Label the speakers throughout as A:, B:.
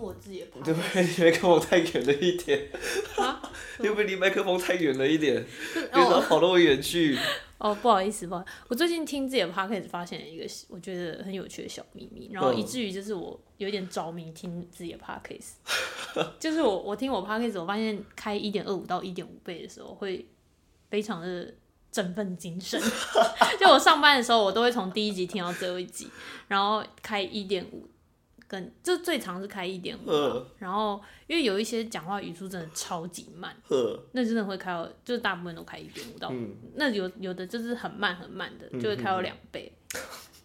A: 我自己的 podcast
B: 对不对？离麦克风太远了一点，
A: 啊？
B: 又不离麦克风太远了一点，别老
A: 哦
B: 跑那么 远去。
A: 哦，不好意思，不好意思，我最近听自己的 podcast 发现了一个我觉得很有趣的小秘密，然后
B: 嗯
A: 以至于就是我有点着迷听自己的 podcast，就是我我听我 podcast，我发现开一点二五到一点五倍的时候会非常的。振奋精 神，就我上班的时候，我都会从第一集听到最后一集，然后开一点五，跟就最长是开一点五，
B: 嗯
A: 然后因为有一些讲话语速真的超级慢，
B: 呵，
A: 那真的会开到，就是大部分都开一点五到
B: 嗯，
A: 那有有的就是很慢很慢的，
B: 嗯
A: 就会开到两倍，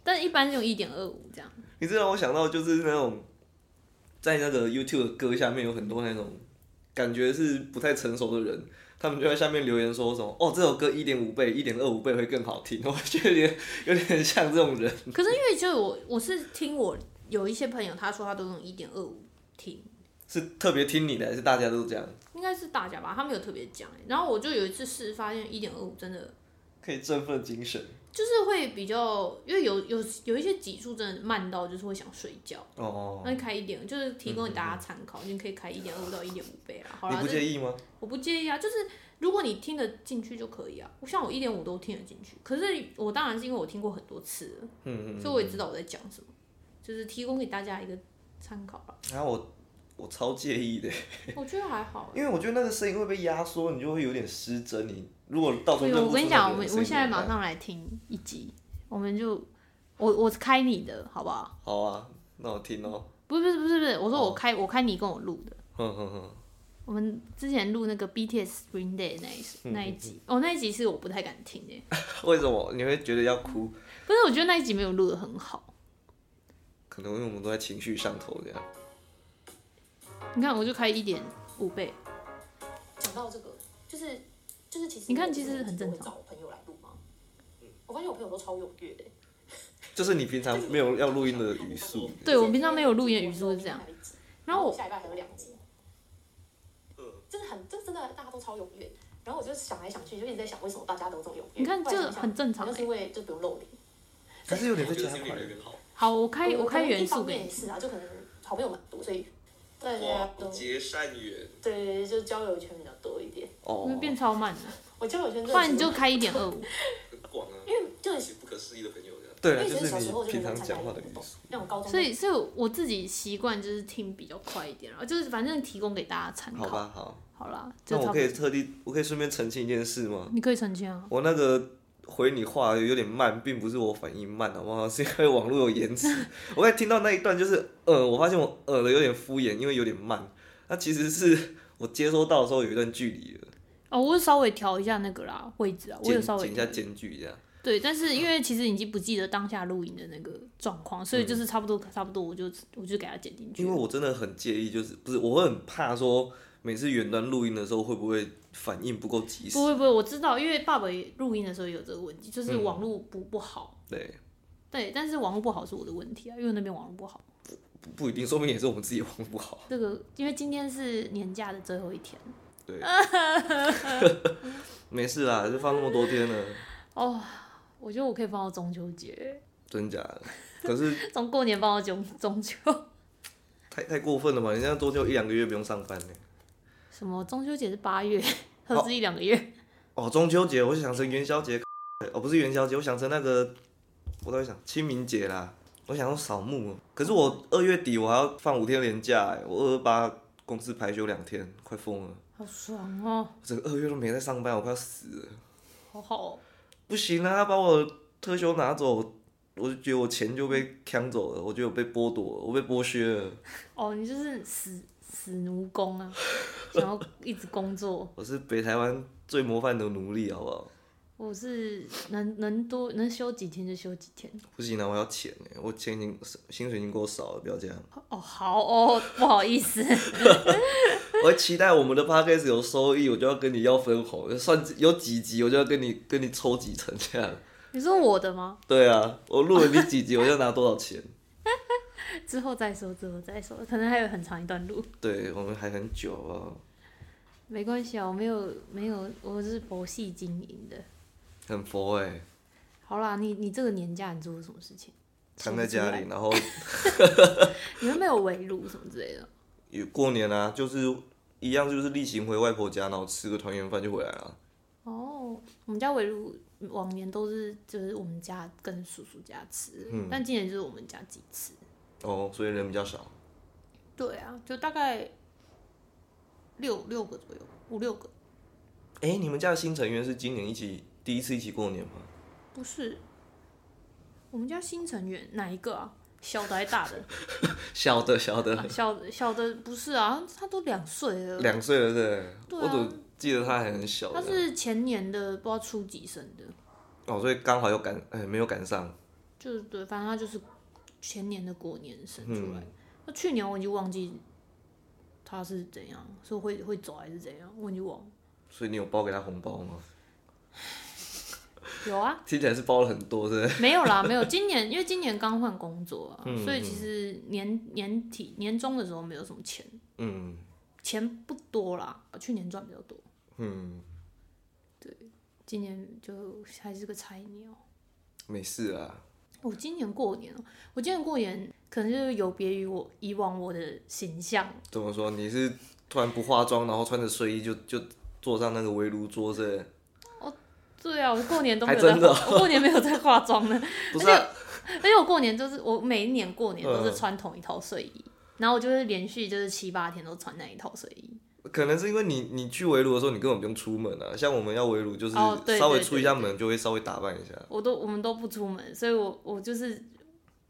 A: 但一般就一点二五这样。
B: 你这让我想到就是那种，在那个 YouTube 的歌下面有很多那种感觉是不太成熟的人，他们就在下面留言说什么哦，这首歌一点五倍、一点二五倍会更好听。我 觉得有点有点像这种人，
A: 可是因为就是我我是听我有一些朋友他说他都用一点二五听，
B: 是特别听你的，还是大家都这样？
A: 应该是大家吧，他们有特别讲欸、然后我就有一次试发现一点二五真的
B: 可以振奋精神
A: 就是会比较，因为有有有一些集数真的慢到就是会想睡觉，
B: 哦。嗯
A: 那开一点就是提供给大家参考，你可以开一点二到一点五倍啊。好
B: 你
A: 啦，
B: 不
A: 这
B: 介意吗？
A: 我不介意啊，就是如果你听得进去就可以啊。像我一点五都听得进去，可是我当然是因为我听过很多次了，
B: 嗯嗯。
A: 所以我也知道我在讲什么，就是提供给大家一个参考 吧。
B: 然后我我超介意的，
A: 我觉得还好欸。
B: 因为我觉得那个声音会被压缩，你就会有点失真。你如果到时候
A: 所以
B: 认不
A: 我跟你
B: 出那
A: 讲，
B: 个
A: 我们
B: 人
A: 我现在
B: 声音怎么嗯
A: 马
B: 办
A: 上来听一集，我们就我我开你的好不好？
B: 好啊，那我听哦。
A: 不是不是不是不是，我说我开、我开你跟我录的。
B: 哼哼哼，
A: 我们之前录那个 BTS Spring Day 那一
B: 嗯
A: 那一集，哦，那一集是我不太敢听 诶、
B: 为什么你会觉得要哭？
A: 可是我觉得那一集没有录的很好。
B: 可能因为我们都在情绪上头这样。
A: 你看，我就开一点五倍，
C: 讲到这个，就是就是其实
A: 你看
C: 我
A: 其实很正常
C: 我会找我朋友来录吗？嗯我发现我朋友都超踊跃的。
B: 就是你平常没有要录音的语速，
A: 对我平常没有录音的语速是这样。然后我
C: 下礼拜还有两集。
B: 嗯
C: 真的很，这真的大家都超踊跃。然后我就想来想去，就一直在想为什么大家都这么踊跃。
A: 你看
C: 后来
A: 这
C: 想想
A: 很正常欸
C: 就是因为就不用露脸。
B: 还是有点在
D: 我觉
B: 加
D: 得 Siri
B: 快。
D: 会更好。
A: 好，我开我开
C: 可能
A: 元
C: 一
A: 素
C: 方
A: 给
C: 面也
A: 你。
C: 是啊，就可能好朋友蛮多，所以大家
D: 哇
C: 都，对
D: 结善缘，
C: 对对，就交友圈比较多一点。
A: 因为
B: 哦，
A: 变超慢了，
C: 我交友圈真的
A: 不然你
C: 是
A: 就开一点二五。
D: 很广啊，
C: 因为就是
D: 一些不可思议的朋友这样。
B: 对了，啊
C: 因为
B: 就
C: 其实
B: 是
C: 小时
B: 你
C: 候就
B: 平
C: 没有
B: 常
C: 参加
B: 讲话的语
C: 活动
B: 速。，
C: 那种高中
A: 所以，所以我自己习惯就是听比较快一点，然后就是反正提供给大家参考。
B: 好吧，好，
A: 好啦，就
B: 那
A: 差
B: 我
A: 不
B: 可以
A: 多。
B: 特地，我可以顺便澄清一件事吗？
A: 你可以澄清啊。
B: 我那个回你话有点慢，并不是我反应慢，好不好？是因为网络有延迟。 我刚才听到那一段就是，呃，我发现我呃的有点敷衍，因为有点慢。那其实是我接收到的时候有一段距离了，
A: 哦，我有稍微调一下那个啦位置啊，我有
B: 减
A: 稍微
B: 减一下
A: 调
B: 间距这样。
A: 对，但是因为其实已经不记得当下录影的那个状况，所以就是差不多差不多，我就我就给它剪进去
B: 因为。我真的很介意，就是不是我会很怕说每次远端录音的时候会不会反应不够及时
A: 不？会不会，我知道，因为爸爸也录音的时候有这个问题，就是网络不不好。
B: 对，
A: 对，但是网络不好是我的问题啊，因为那边网络不好。
B: 不不一定，说明也是我们自己网络不好。
A: 这个因为今天是年假的最后一天
B: 对， 没事啦，就放那么多天了，
A: 哦，我觉得我可以放到中秋节，
B: 真假的？可是
A: 从过年放到中中秋，
B: 太太过分了吧？人家多久一两个月不用上班呢？
A: 什么中秋节是八月，合是一两个月。
B: 哦，中秋节，我想成元宵节， 哦不是元宵节，我想成那个，我都在想清明节啦。我想要扫墓哦，可是我二月底我还要放五天连假哎，我二二八公司排休两天，快疯了，
A: 好爽哦，
B: 我整个二月都没在上班，我快要死了。
A: 好好哦、
B: 不行啊，他把我的特休拿走，我就觉得我钱就被抢走了，我觉得我被剥夺了，我被剥削了，
A: 哦，你就是死死奴工啊，想要一直工作。
B: 我是北台湾最模范的奴隶，好不好？
A: 我是能能多能休几天就休几天。
B: 不行啊，我要钱哎，我钱已经薪水已经够少了，不要这样。
A: 哦，好哦，不好意思。
B: 我还期待我们的 podcast 有收益，我就要跟你要分红，算有几集我就要跟你跟你抽几成这样。
A: 你说我的吗？
B: 对啊，我录了你几集，我就拿多少钱。
A: 之后再说，之后再说，可能还有很长一段路。
B: 对我们还很久啊，
A: 没关系啊，我没有没有，我是佛系经营的。
B: 很佛哎、
A: 好啦，你你这个年假你做了什么事情？
B: 躺在家里，然后
A: 你们没有围炉什么之类的？
B: 也过年啊，就是一样，就是例行回外婆家，然后吃个团圆饭就回来了。
A: 哦，我们家围炉往年都是就是我们家跟叔叔家吃，
B: 嗯
A: 但今年就是我们家自己吃。
B: 哦，所以人比较少。
A: 对啊，就大概六六个左右，五六个，
B: 哎、你们家的新成员是今年一起第一次一起过年吗？
A: 不是。我们家新成员哪一个啊？小的还大的？
B: 小的，小的
A: 啊，小的小的不是啊，他都两岁了。
B: 两岁了是不
A: 对
B: 是？
A: 啊
B: 我怎么记得他还很小的
A: 他是前年的，不知道初几生的，
B: 哦，所以刚好又赶，哎、没有赶上。
A: 就是对，反正他就是前年的过年生出来
B: 嗯。
A: 那、去年我已经忘记他是怎样，是会会走还是怎样，我已经忘了。
B: 所以你有包给他红包吗？
A: 有啊，
B: 听起来是包了很多，是不是？
A: 没有啦，没有。今年因为今年刚换工作啊，
B: 嗯
A: 所以其实年年底年终的时候没有什么钱，
B: 嗯
A: 钱不多啦，去年赚比较多，
B: 嗯，
A: 今年就还是个菜鸟。
B: 没事啊啦。
A: 我今年过年哦，我今年过年可能就是有别于我以往我的形象，
B: 怎么说？你是突然不化妆，然后穿着睡衣就就坐上那个围炉桌子？
A: 对啊，我过年都没有
B: 还
A: 在
B: 真
A: 化，
B: 的
A: 我过年没有在化妆的，
B: 不是、啊，
A: 而且我过年就是我每一年过年都是
B: 嗯
A: 穿同一套睡衣，然后我就是连续就是七八天都穿那一套睡衣。
B: 可能是因为你你去围炉的时候，你根本不用出门啊。像我们要围炉，就是
A: 哦对
B: 稍微
A: 对
B: 出一
A: 对
B: 下
A: 对
B: 门，就会稍微打扮一下。
A: 我都我们都不出门，所以我我就是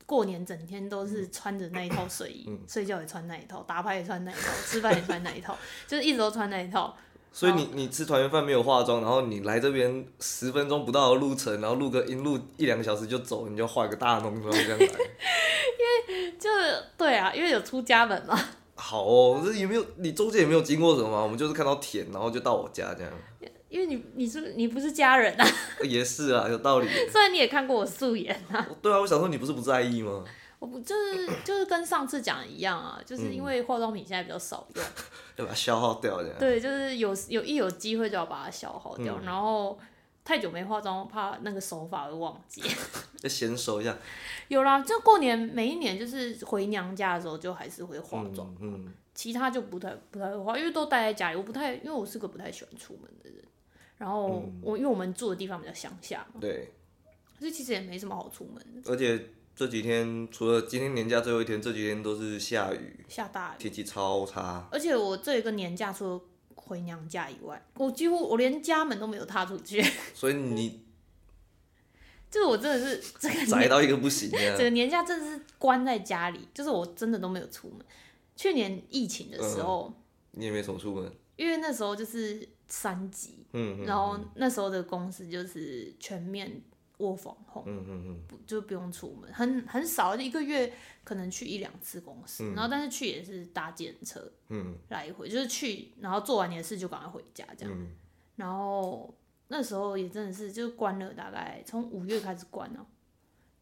A: 过年整天都是穿着那一套睡衣，
B: 嗯
A: 睡觉也穿那一套，打牌也穿那一套，吃饭也穿那一套， 就是一直都穿那一套。
B: 所以你你吃团圆饭没有化妆，然后你来这边十分钟不到的路程，然后录个音录一两个小时就走，你就化个大浓妆这 样来，
A: 就是对啊，因为有出家门嘛，
B: 好哦，这也没有你中间也没有经过什么啊，我们就是看到田，然后就到我家这样，
A: 因为你你是你不是家人啊，
B: 呃也是啊，有 道理。
A: 虽然你也看过我素颜啊，
B: 对啊，我想说你不是不在意吗？
A: 我不就是 就是跟上次讲的一样啊，就是因为化妆品现在比较少用，
B: 要把它消耗掉这样。
A: 对，就是有有一有机会就要把它消耗掉，然后太久没化妆，怕那个手法会忘记。
B: 就娴熟一下
A: 有啦，就过年每一年就是回娘家的时候，就还是会化妆，，
B: 嗯，嗯
A: 其他就不太不太会化，因为都待在家里。我不太，因为我是个不太喜欢出门的人。然后我、因为我们住的地方比较乡下嘛，
B: 对。
A: 所以其实也没什么好出门的，
B: 而且这几天除了今天年假最后一天，这几天都是下雨，
A: 下大雨。
B: 天气超差。
A: 而且我这一个年假除了回娘家以外，我几乎我连家门都没有踏出去，
B: 所以你
A: 就是我真的是这个
B: 宅到一个不行这样
A: 整个年假真的是关在家里，就是我真的都没有出门。去年疫情的时候，
B: 你也没怎么出门。
A: 因为那时候就是三级，
B: 嗯，嗯
A: 然后那时候的公司就是全面窝防控，
B: 嗯嗯嗯，
A: 不就不用出门，很很少，一个月可能去一两次公司，然后但是去也是搭电车
B: 嗯
A: 来回，就是去然后做完你的事就赶快回家这样。
B: 嗯，
A: 然后那时候也真的是就关了，大概从五月开始关哦、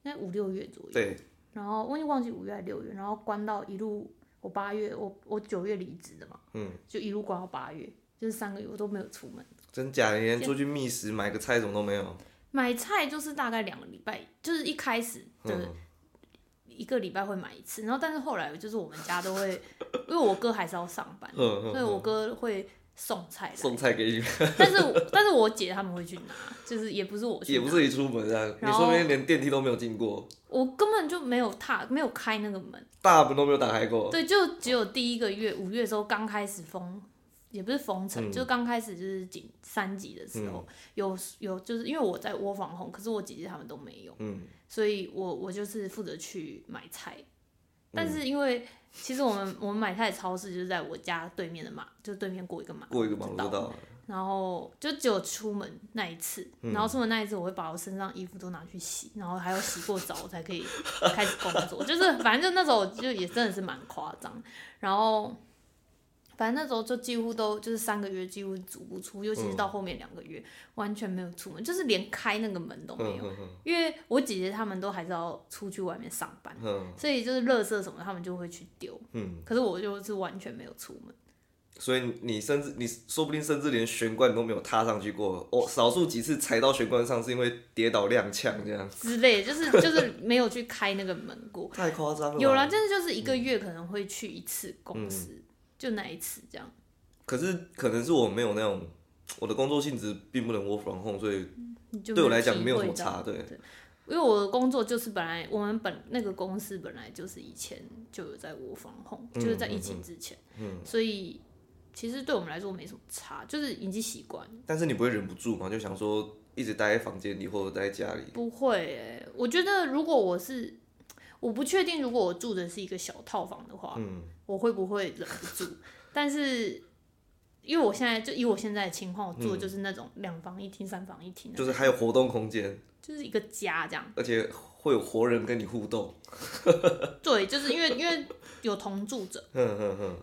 A: 那五六月左右。
B: 对，
A: 然后我已经忘记五月还是六月，然后关到一路我八月，我我九月离职的嘛，
B: 嗯，
A: 就一路关到八月，就是三个月我都没有出门。
B: 真假的，你连出去觅食买个菜什么都没有。
A: 买菜就是大概两个礼拜，就是一开始的
B: 嗯，
A: 一个礼拜会买一次，然后但是后来就是我们家都会，因为我哥还是要上班，
B: 嗯嗯
A: 所以我哥会送菜来，
B: 送菜给你，
A: 但是我但是我姐他们会去拿，就是也不是我去
B: 也
A: 拿
B: 不是你出门这样，你
A: 然
B: 说
A: 后
B: 不定连电梯都没有进过，
A: 我根本就没有踏，没有开那个门。
B: 大门都没有打开过。
A: 对，就只有第一个月，五月的时候刚开始封，也不是封城，
B: 嗯
A: 就刚开始就是紧三级的时候，有有就是因为我在窝房红，可是我姐姐她们都没有，
B: 嗯，
A: 所以我我就是负责去买菜。但是因为其实我们我们买菜的超市就是在我家对面的马，就对面过一个马，
B: 过一个马路就到了。
A: 然后就只有出门那一次，然后出门那一次，我会把我身上衣服都拿去洗，然后还要洗过澡，我才可以开始工作。就是反正就那时候我就也真的是蛮夸张，然后反正那时候就几乎都就是三个月几乎足不出，尤其是到后面两个月、完全没有出门，就是连开那个门都没
B: 嗯
A: 有，
B: 嗯嗯
A: 因为我姐姐她们都还是要出去外面上班，
B: 嗯
A: 所以就是垃圾什么她们就会去丢，
B: 嗯，
A: 可是我就是完全没有出门。
B: 所以你甚至你说不定甚至连玄关都没有踏上去过。哦，少数几次踩到玄关上是因为跌倒踉跄这样，
A: 之类，就是就是没有去开那个门过，
B: 太夸张了吧。嗯
A: 有啦，真的就是一个月可能会去一次公司，就那一次这样。
B: 可是可能是我没有那种，我的工作性质并不能 work from home，所以
A: 你就
B: 对我
A: 没
B: 来讲
A: 体
B: 没有
A: 会
B: 什么差
A: 到
B: 对
A: 因为我的工作就是本来我们本那个公司本来就是以前就有在窝防控，
B: 嗯
A: 就是在疫
B: 嗯
A: 情之前，所以其实对我们来说没什么差，就是已经习惯了。
B: 但是你不会忍不住嘛，就想说一直待在房间里或者待在家里，
A: 不会、欸，我觉得如果我是，我不确定如果我住的是一个小套房的话，
B: 嗯，
A: 我会不会忍不住？ 但是因为我现在就以我现在的情况，我住的就是那种两房一厅、三房一厅的，
B: 就是还有活动空间，
A: 就是一个家这样。
B: 而且会有活人跟你互动，
A: 对，就是因为因为有同住者，
B: 哼哼哼，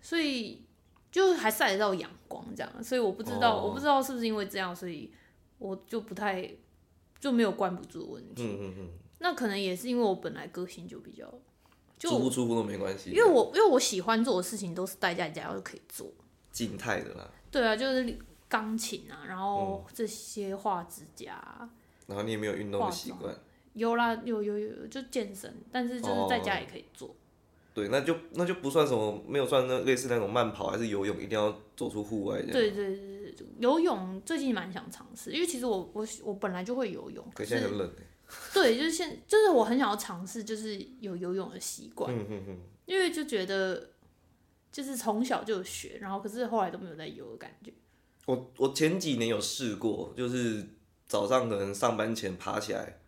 A: 所以就还晒得到阳光这样，所以我不知道，
B: 哦
A: 我不知道是不是因为这样，所以我就不太就没有关不住的问题。
B: 嗯嗯嗯，
A: 那可能也是因为我本来个性就比较，就
B: 舒不舒服都没关系，
A: 因为我因为我喜欢做的事情都是待在家就可以做。
B: 静态的啦，
A: 对啊，就是钢琴啊，然后
B: 嗯
A: 这些画指甲啊、
B: 然后你也没有运动的习惯，
A: 有啦，有有有就健身，但是就是在
B: 哦
A: 家也可以做。
B: 对，那就那就不算什么，没有算那类似那种慢跑还是游泳，一定要走出户外这样，
A: 对对对对对，游泳最近蛮想尝试，因为其实我我我本来就会游泳，
B: 可
A: 可
B: 现在
A: 是
B: 很冷欸，
A: 对，就是现就是我很想要尝试，就是有游泳的习惯，
B: 嗯嗯嗯，
A: 因为就觉得就是从小就有学，然后可是后来都没有在游的感觉。
B: 我我前几年有试过，就是早上可能上班前爬起来，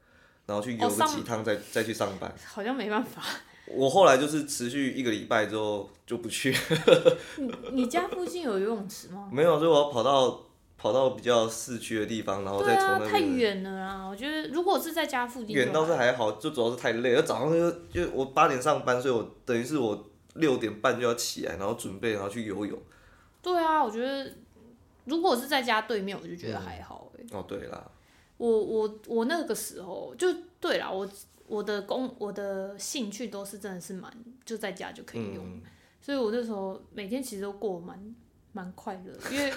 B: 然后去游
A: 哦
B: 个
A: 上
B: 几趟再再去上班。
A: 好像没办法，
B: 我后来就是持续一个礼拜之后就不 去，
A: 你你家附近有游泳池吗？
B: 没有，所以我要跑到跑到比较市区的地方，然后
A: 对
B: 再从
A: 啊，
B: 那
A: 太
B: 边。
A: 远了啊！我觉得如果是在家附近就好，
B: 远倒是还好，就主要是太累了。早上就就我八点上班，所以我等于是我六点半就要起来，然后准备，然后去游泳。
A: 对啊，我觉得如果是在家对面，我就觉得还好、欸
B: 哦，对啦，
A: 我我我那个时候就对啦，我我的工我的兴趣都是真的是蛮就在家就可以用，
B: 嗯，
A: 所以我那时候每天其实都过得蛮蛮快乐的， 因为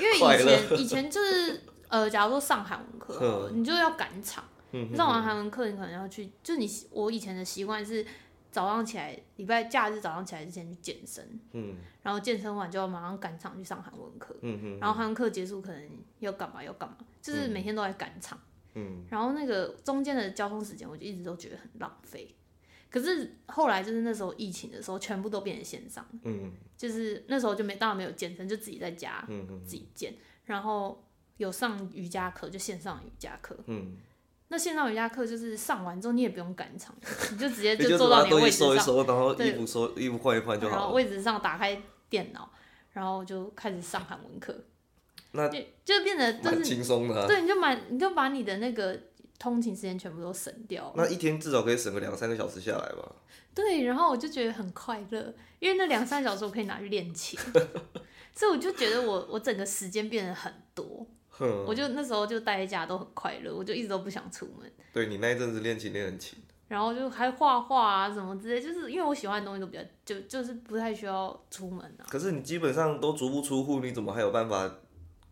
A: 因为
B: 快
A: 以前以前就是呃，假如说上韩文课好
B: 嗯
A: 了，你就要赶场，你上完韩文课你可能要去，就你我以前的习惯是早上起来，礼拜假日早上起来之前去健身，
B: 嗯，
A: 然后健身完就要马上赶场去上韩文课，嗯然后韩文课结束可能要干嘛要干嘛，就是每天都在赶场，嗯，然后那个中间的交通时间我就一直都觉得很浪费。可是后来就是那时候疫情的时候，全部都变成线上，
B: 嗯，
A: 就是那时候就没当然没有健身，就自己在家，
B: 嗯
A: 自己健，然后有上瑜伽课，就线上瑜伽课，
B: 嗯，
A: 那线上瑜伽课就是上完之后你也不用赶场， 你就直接
B: 也就
A: 坐到
B: 是
A: 你
B: 把
A: 的
B: 东
A: 位
B: 西
A: 置
B: 收一
A: 上，
B: 收，然后
A: 对
B: 衣服收衣服换一换就
A: 然后
B: 好了。
A: 位置上打开电脑，然后就开始上韩文课，
B: 那
A: 就就变得就
B: 蛮
A: 是
B: 轻松的、啊，
A: 对，你就把你就把你的那个通勤时间全部都省掉了，
B: 那一天至少可以省个两三个小时下来吧。
A: 对，然后我就觉得很快乐，因为那两三小时我可以拿去练琴， 所以我就觉得我我整个时间变得很多，
B: 哼，
A: 我就那时候就待在家都很快乐，我就一直都不想出门，
B: 对你那一阵子练琴练很勤，
A: 然后就还画画啊什么之类，就是因为我喜欢的东西都比较就就是不太需要出门啊，
B: 可是你基本上都足不出户，你怎么还有办法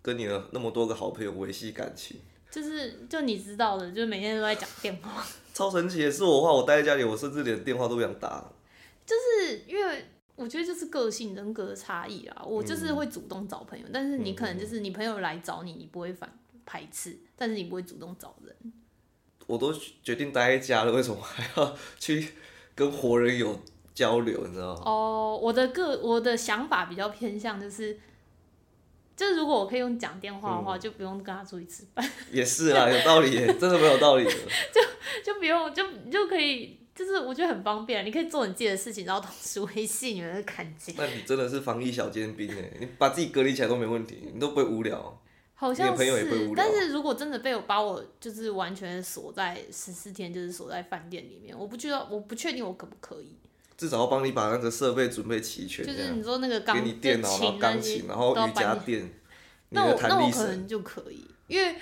B: 跟你的那么多个好朋友维系感情？
A: 就是就你知道的，就是每天都在讲电话，
B: 超神奇的是我的话，我待在家里，我甚至连电话都不想打。
A: 就是因为。我觉得就是个性人格的差异啊，我就是会主动找朋友，但是你可能就是你朋友来找你，你不会反排斥，但是你不会主动找人。
B: 我都决定待在家了，为什么还要去跟活人有交流？你知道吗？
A: 哦，我的个我的想法比较偏向就是，就是如果我可以用讲电话的话，就不用跟他出去吃饭，
B: 也是啦，有道理耶，真的没有道理的。
A: 就不用就你就可以，就是我觉得很方便，你可以做你自己的事情，然后同时维系你们的感情，
B: 那你真的是防疫小尖兵哎，你把自己隔离起来都没问题，你都不会无聊。
A: 好像
B: 你的朋友也不会
A: 是
B: 无聊。
A: 但是如果真的被我把我就是完全锁在十四天，就是锁在饭店里面，我不知道，我不确定我可不可以。
B: 至少要帮你把那个设备准备齐全，
A: 就
B: 这
A: 是
B: 样
A: 你说那个
B: 啊给
A: 钢
B: 你电脑，然后钢琴，然后瑜伽
A: 伽
B: 垫，你
A: 那我
B: 的
A: 那
B: 弹
A: 我
B: 力
A: 可
B: 绳。
A: 能就可以，因为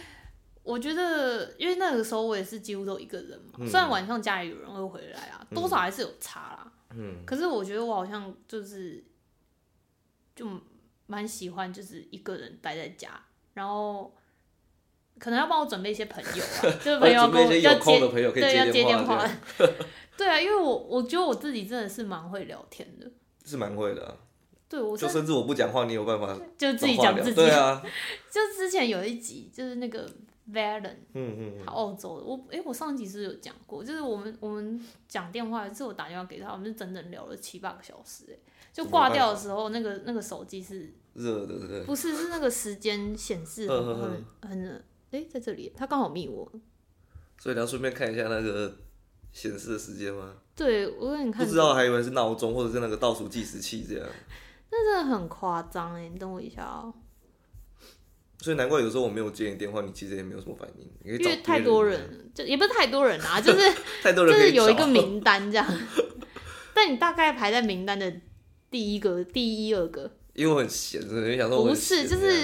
A: 我觉得，因为那个时候我也是几乎都一个人嘛，
B: 嗯
A: 虽然晚上家里有人会回来啊，多少还是有差啦。嗯，可是我觉得我好像就是就蛮喜欢，就是一个人待在家，然后。可能要帮我准备一些朋友啊， 就是朋友要跟
B: 准备一
A: 我
B: 些
A: 要
B: 有空
A: 接
B: 的朋友可以
A: 对要接
B: 电
A: 话
B: 这
A: 的
B: 样，
A: 对啊，因为我我觉得我自己真的是蛮会聊天的，
B: 是蛮会的啊、
A: 对我
B: 就
A: 真的
B: 甚至我不讲话，你有办法
A: 就自己
B: 转化
A: 讲
B: 掉
A: 自己
B: 对。啊，
A: 就之前有一集就是那个 Valen，
B: 嗯嗯
A: 他澳洲的，我诶，我上集是不是有讲过，就是我们我们讲电话，是我打电话给他，我们是整整聊了七八个小时，诶，就挂掉的时候，那个那个手机是
B: 热的对。
A: 不是是那个时间显示
B: 嗯
A: 很
B: 嗯
A: 很很诶，在这里，他刚好密我，
B: 所以你要顺便看一下那个显示的时间吗？
A: 对我给你
B: 不
A: 看，
B: 知道，还以为是闹钟或者是那个倒数计时器这样。
A: 那真的很夸张诶，你等我一下哦、
B: 所以难怪有时候我没有接你电话，你其实也没有什么反应。你可以
A: 因
B: 找啊
A: 为太多人，了，就也不是太多人啊， 就是
B: 太多
A: 就
B: 人可
A: 是
B: 以找
A: 有一个名单这样， 但你大概排在名单的第一个、第一二个，
B: 因为我很闲，所以想说我
A: 不
B: 很
A: 是，
B: 闲
A: 就
B: 这样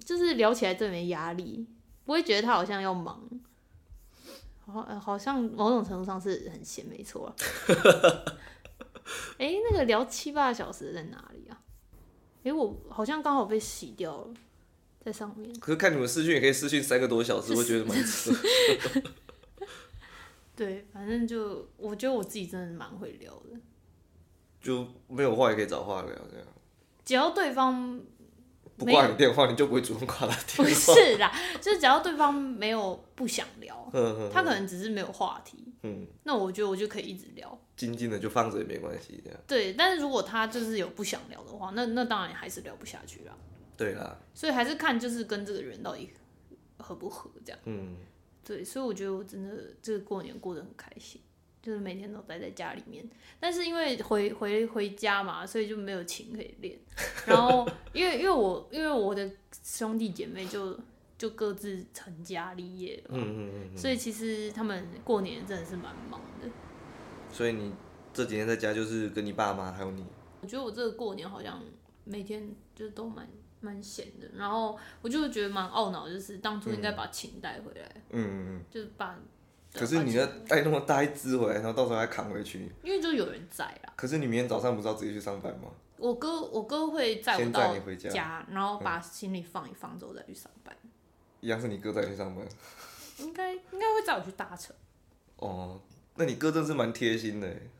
A: 是就是聊起来最没压力，不会觉得他好像要忙，好呃好像某种程度上是很闲，没 错啊。哎、那个聊七八个小时的在哪里啊？哎、我好像刚好被洗掉了，在上面。
B: 可是看你们视讯也可以视讯三个多小时，
A: 就是
B: 我 觉得蛮扯。
A: 对，反正就我觉得我自己真的蛮会聊的。
B: 就没有话也可以找话聊这样。
A: 只要对方
B: 不
A: 没
B: 挂
A: 有
B: 你电话，你就不会主动挂他电
A: 不
B: 话。
A: 是 啦，就是只要对方没有不想聊，
B: 嗯嗯
A: 他可能只是没有话题，
B: 嗯，
A: 那我觉得我就可以一直聊。
B: 静静的就放着也没关系这样。
A: 对，但是如果他就是有不想聊的话，那那当然还是聊不下去啦。
B: 对啦，
A: 所以还是看就是跟这个人到底合不合这样。
B: 嗯，
A: 对，所以我觉得我真的这个过年过得很开心，就是每天都待在家里面。但是因为回回回家嘛，所以就没有琴可以练。然后因为因为我因为我的兄弟姐妹就就各自成家立业了，
B: 嗯嗯嗯。
A: 所以其实他们过年真的是蛮忙的。
B: 所以你这几天在家就是跟你爸妈还有你，
A: 我觉得我这个过年好像每天就都蛮蛮闲的，然后我就觉得蛮懊恼，就是当初应该把琴带回来，
B: 嗯嗯嗯。
A: 就是把。
B: 可是你
A: 把
B: 要
A: 琴
B: 带那么大一只回来，然后到时候还扛回去。
A: 因为就有人在啦。
B: 可是你明天早上不是要直接去上班吗？
A: 我哥，我哥会载我
B: 先
A: 到
B: 载你回家嗯
A: 然后把行李放一放之后再去上班，
B: 一样是你哥带你去上班。
A: 应该应该会载我去搭车。
B: 哦，那你哥真是蛮贴心的耶，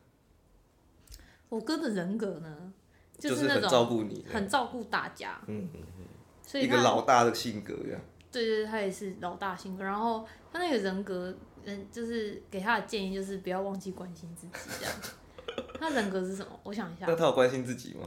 A: 我哥的人格呢，
B: 就是
A: 那
B: 很
A: 种
B: 照顾你，
A: 很照顾大家，
B: 嗯
A: 所以
B: 一个
A: 他
B: 老大的性格这样。
A: 对对，对他也是老大性格。然后他那个人格，嗯，就是给他的建议就是不要忘记关心自己这 样。他人格是什么？我想一下
B: 那，他有关心自己吗？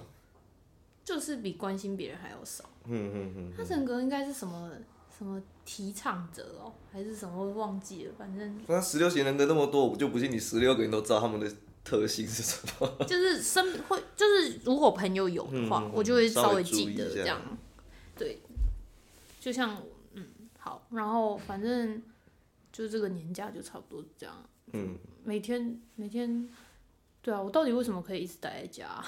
A: 就是比关心别人还要少。
B: 嗯嗯嗯。
A: 他人格应该是什么什么提倡者哦，还是什么？我忘记了，反正
B: 那十六型人格那么多，我就不信你十六个人都知道他们的特性是什么。
A: 就是身会，就是如果朋友有的话，
B: 嗯嗯嗯
A: 我就会
B: 稍
A: 稍
B: 微
A: 微
B: 注
A: 记
B: 意
A: 得
B: 一下
A: 这样。对，就像嗯好，然后反正就这个年假就差不多这样。
B: 嗯，
A: 每天每天，对啊，我到底为什么可以一直待在家啊、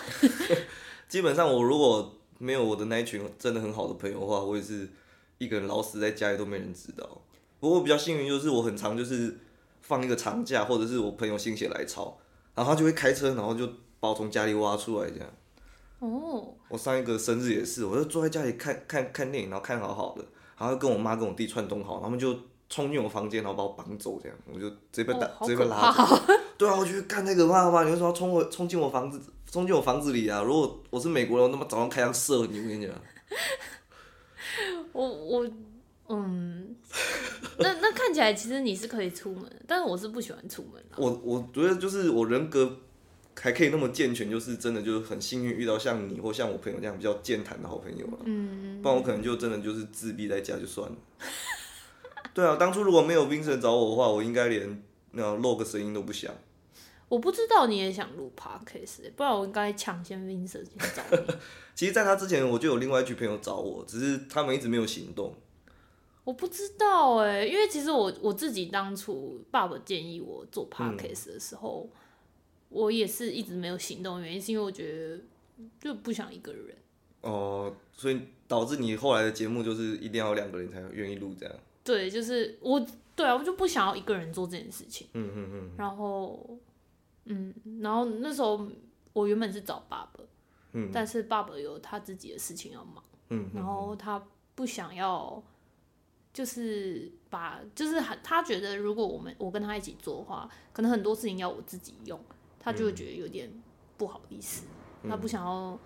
B: 基本上我如果没有我的那一群真的很好的朋友的话，我也是一个人老死在家里都没人知道。不过我比较幸运就是我很常就是放一个长假，或者是我朋友心血来潮，然后他就会开车，然后就把我从家里挖出来这样。
A: 哦，
B: 我上一个生日也是，我就坐在家里看看看电影，然后看好好的，然后跟我妈跟我弟串通好，然后他们就冲进我房间，然后把我绑走，这样我就直接 被打，
A: 哦好
B: 直接被
A: 可
B: 拉
A: 怕
B: 走。对啊，我觉得干太可怕了吧！你为什么要冲我冲进我房子，冲进我房子里啊？如果我是美国人，我他妈早上开枪射你！我跟你讲，
A: 哦我我嗯，那 那看起来其实你是可以出门的，但是我是不喜欢出门啊啦。
B: 我我觉得就是我人格还可以那么健全，就是真的就是很幸运遇到像你或像我朋友这样比较健谈的好朋友了。
A: 嗯，
B: 不然我可能就真的就是自闭在家就算了。对啊，当初如果没有 Vincent 找我的话，我应该连那露个声音都不想。
A: 我不知道你也想录 podcast，、不欸然我应该抢先 Vincent 先找你。
B: 其实，在他之前我就有另外一群朋友找我，只是他们一直没有行动。
A: 我不知道哎、因为其实我我自己当初爸爸建议我做
B: 嗯
A: podcast 的时候，我也是一直没有行动，原因是因为我觉得就不想一个人。
B: 哦、所以导致你后来的节目就是一定要有两个人才愿意录这样。
A: 对，就是我，对啊，我就不想要一个人做这件事情。
B: 嗯嗯嗯
A: 然后，嗯，然后那时候我原本是找爸爸，
B: 嗯
A: 但是爸爸有他自己的事情要忙，
B: 嗯
A: 然后他不想要，就是把，就是很他觉得如果我们我跟他一起做的话，可能很多事嗯
B: 嗯
A: 情要我自己用，他就会觉得有点不好意思，他不想要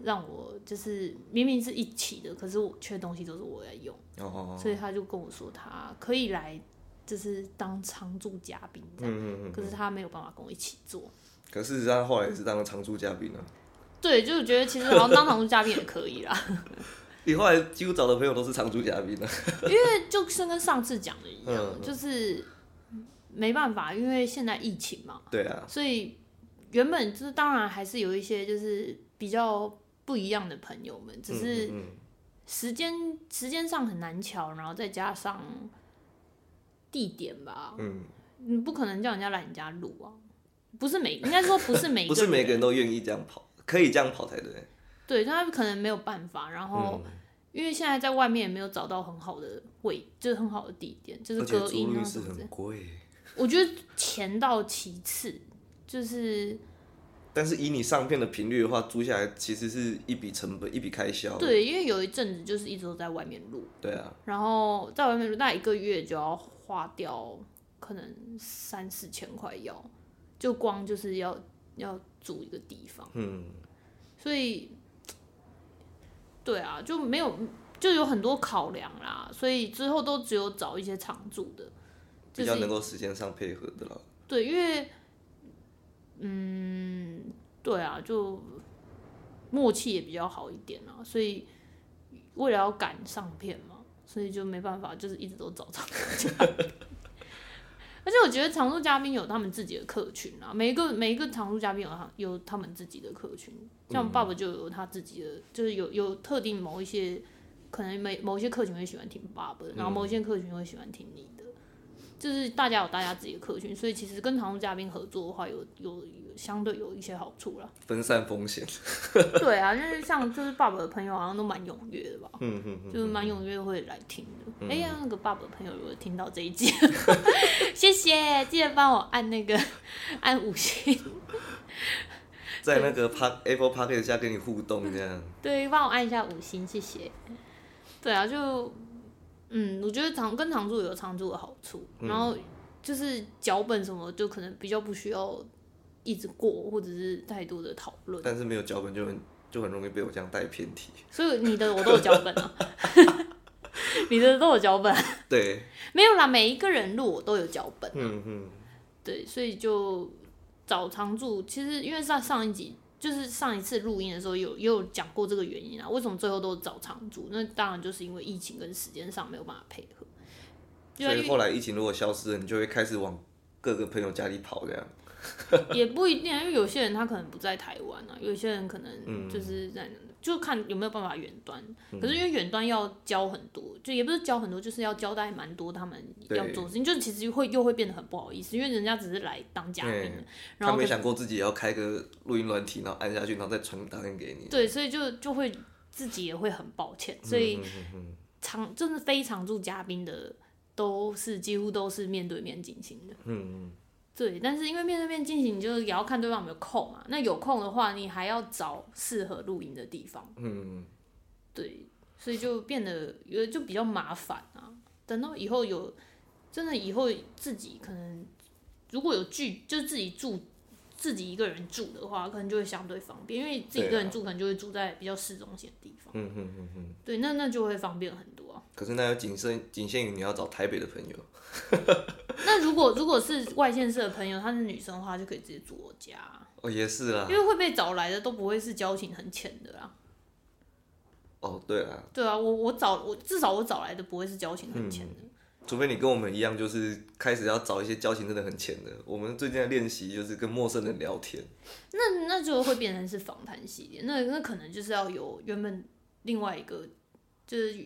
A: 让我就是明明是一起的，可是我缺东西都是我在用，
B: 哦哦，
A: 所以他就跟我说他可以来，就是当常驻嘉宾这样，
B: 嗯嗯嗯
A: 可是他没有办法跟我一起做。
B: 可事实上后来也是当了常驻嘉宾啊。
A: 对，就是觉得其实好像当常驻嘉宾也可以啦，
B: 你后来几乎找的朋友都是常驻嘉宾啊。
A: 就是跟上次讲的一样，
B: 嗯嗯
A: 就是没办法，因为现在疫情嘛，
B: 对啊，
A: 所以原本就是当然还是有一些就是比较不一样的朋友们，只是
B: 嗯嗯
A: 时间时间上很难瞧，然后再加上地点吧，
B: 嗯，
A: 你不可能叫人家来你家录啊，不是每应该说不是每一
B: 嗯
A: 个
B: 不是每个人都愿意这样跑，可以这样跑才对。
A: 对，他可能没有办法，然后。
B: 嗯
A: 因为现在在外面也没有找到很好的位，就是很好的地点，就是
B: 而且
A: 隔
B: 租
A: 音啊
B: 律
A: 什
B: 师
A: 么之类
B: 很
A: 的。
B: 贵，
A: 我觉得钱到其次，就是
B: 但是以你上片的频率的话，租下来其实是一笔成本，一笔开销。
A: 对，因为有一阵子就是一直都在外面录，
B: 对啊，
A: 然后在外面录，大概一个月就要花掉可能三四千块要，就光就是要要租一个地方，
B: 嗯，
A: 所以，对啊，就没有就有很多考量啦，所以之后都只有找一些常住的，就
B: 比较
A: 是
B: 能够时间上配合的啦。
A: 对，因为，嗯，对啊，就默契也比较好一点啊，所以为了要赶上片嘛，所以就没办法，就是一直都找常驻嘉宾。 而且我觉得常驻嘉宾有他们自己的客群啊，每一个每一个常驻嘉宾有他有他们自己的客群，像爸爸就有他自己的，就是有有特定某一些可能每某一些客群会喜欢听爸爸的，然后某一些客群会喜欢听你的，就是大家有大家自己的客群，所以其实跟常驻嘉宾合作的话有，有有相对有一些好处啦。
B: 分散风险，
A: 对啊，就是像就是爸爸的朋友好像都蛮踊跃的吧，
B: 嗯嗯嗯，
A: 就是蛮踊跃会来听的。哎呀、那个爸爸的朋友如果听到这一 集， 谢谢，记得帮我按那个 按五星，
B: 在那个 Park Apple Park 下跟你互动这样，
A: 对，帮我按一下五星，谢谢。对啊，就嗯，我觉得常跟常驻有常驻的好处，然后就是脚本什么就可能比较不需要一直过，或者是太多的讨论。
B: 但是没有脚本就很就很容易被我这样带偏题。
A: 所以你的我都有脚本啊， 你的都有脚本，啊
B: 对，
A: 没有啦，每一个人录我都有脚本，
B: 嗯嗯，
A: 对，所以就找常驻。其实因为上上一集就是上一次录音的时候有也有讲过这个原因啊，为什么最后都找常驻？那当然就是因为疫情跟时间上没有办法配合，啊
B: 所以
A: 因
B: 后
A: 为
B: 来疫情如果消失了，你就会开始往各个朋友家里跑这样。
A: 也不一定啊，因为有些人他可能不在台湾啊，有些人可
B: 嗯
A: 能就是在、就看有没有办法远端，可是因为远端要教很多，就也不是教很多，就是要交代蛮多他们
B: 对
A: 要做的事情，就其实会又会变得很不好意思，因为人家只是来当嘉宾
B: 嗯，
A: 然
B: 他
A: 后可
B: 没想过自己也要开个录音软体，然后按下去，然后再传档案给你。
A: 对，所以就就会自己也会很抱歉，所以常真的非常驻嘉宾的都是几乎都是面对面进行的，嗯嗯。对，但是因为面对面进行，你就也要看对方有没有空嘛。那有空的话，你还要找适合录音的地方。
B: 嗯，
A: 对，所以就变得有就比较麻烦啊。等到以后有真的以后自己可能如果有聚，就自己住自己一个人住的话，可能就会相对方便，因为自己一个人住可能就会住在比较市中心的地方。嗯嗯嗯嗯。对，那那就会方便很多啊。
B: 可是那要仅限仅限于你要找台北的朋友。
A: 那如果如果是外县市的朋友，她是女生的话，就可以直接住我家啊，
B: 哦，也是啦
A: 因。为会被找来的都不会是交情很浅的啦。
B: 哦，对啦，
A: 对啊，我我找我至少我找来的不会是交情很浅的。
B: 除非你跟我们一样，就是开始要找一些交情真的很浅的。我们最近在练习就是跟陌生人聊天。
A: 那那就会变成是访谈系列，那那可能就是要有原本另外一个，就是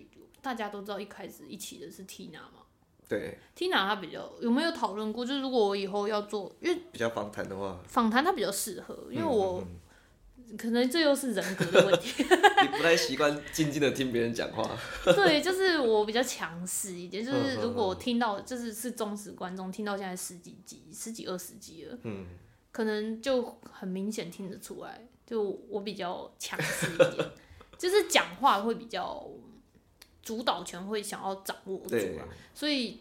A: 大家都知道一开始一起的是 Tina 嘛
B: 对，
A: ，Tina 她比较有没有讨论过？就是如果我以后要做，因为
B: 比较访谈的话，
A: 访谈她比较适合，因为我
B: 嗯、嗯
A: 可能这又是人格的问题，
B: 嗯你不太习惯静静的听别人讲话。
A: 对，就是我比较强势一点，就是
B: 嗯嗯
A: 如果我听到就是是忠实观众，听到现在十几集、十几二十集了，
B: 嗯，
A: 可能就很明显听得出来，就我比较强势一点， 就是讲话会比较嗯主导权会想要掌握住
B: 对
A: 啊，，所以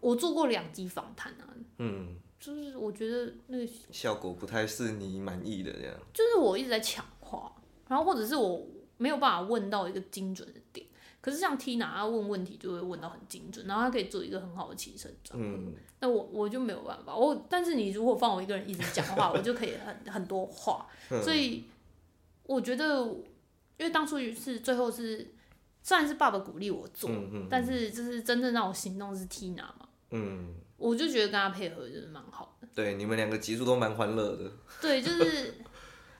A: 我做过两集访谈啊，
B: 嗯，
A: 就是我觉得那个
B: 效果不太是你满意的这样。
A: 就是我一直在抢话，然后或者是我没有办法问到一个精准的点。可是像 Tina，她问问题就会问到很精准，然后她可以做一个很好的起承转合。
B: 嗯，
A: 那我我就没有办法，我但是你如果放我一个人一直讲话，我就可以很很多话，所以我觉得，因为当初是最后是虽然是爸爸鼓励我做，
B: 嗯嗯
A: 但是就是真正让我行动是 Tina 嘛，
B: 嗯，
A: 我就觉得跟他配合就是蛮好的，
B: 对，你们两个集数都蛮欢乐的。
A: 对，就是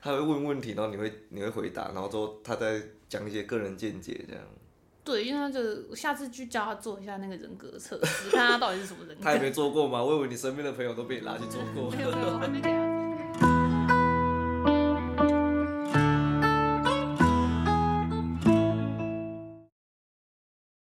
B: 他会问问题，然后你会你会回答，然后之后他再讲一些个人见解，这样。
A: 对，因为他就我下次去教他做一下那个人格测试，看他到底是什么人格
B: 他也，没做过吗？我以为你身边的朋友都被你拉去做 过。
A: 没有没有，我还没给他做。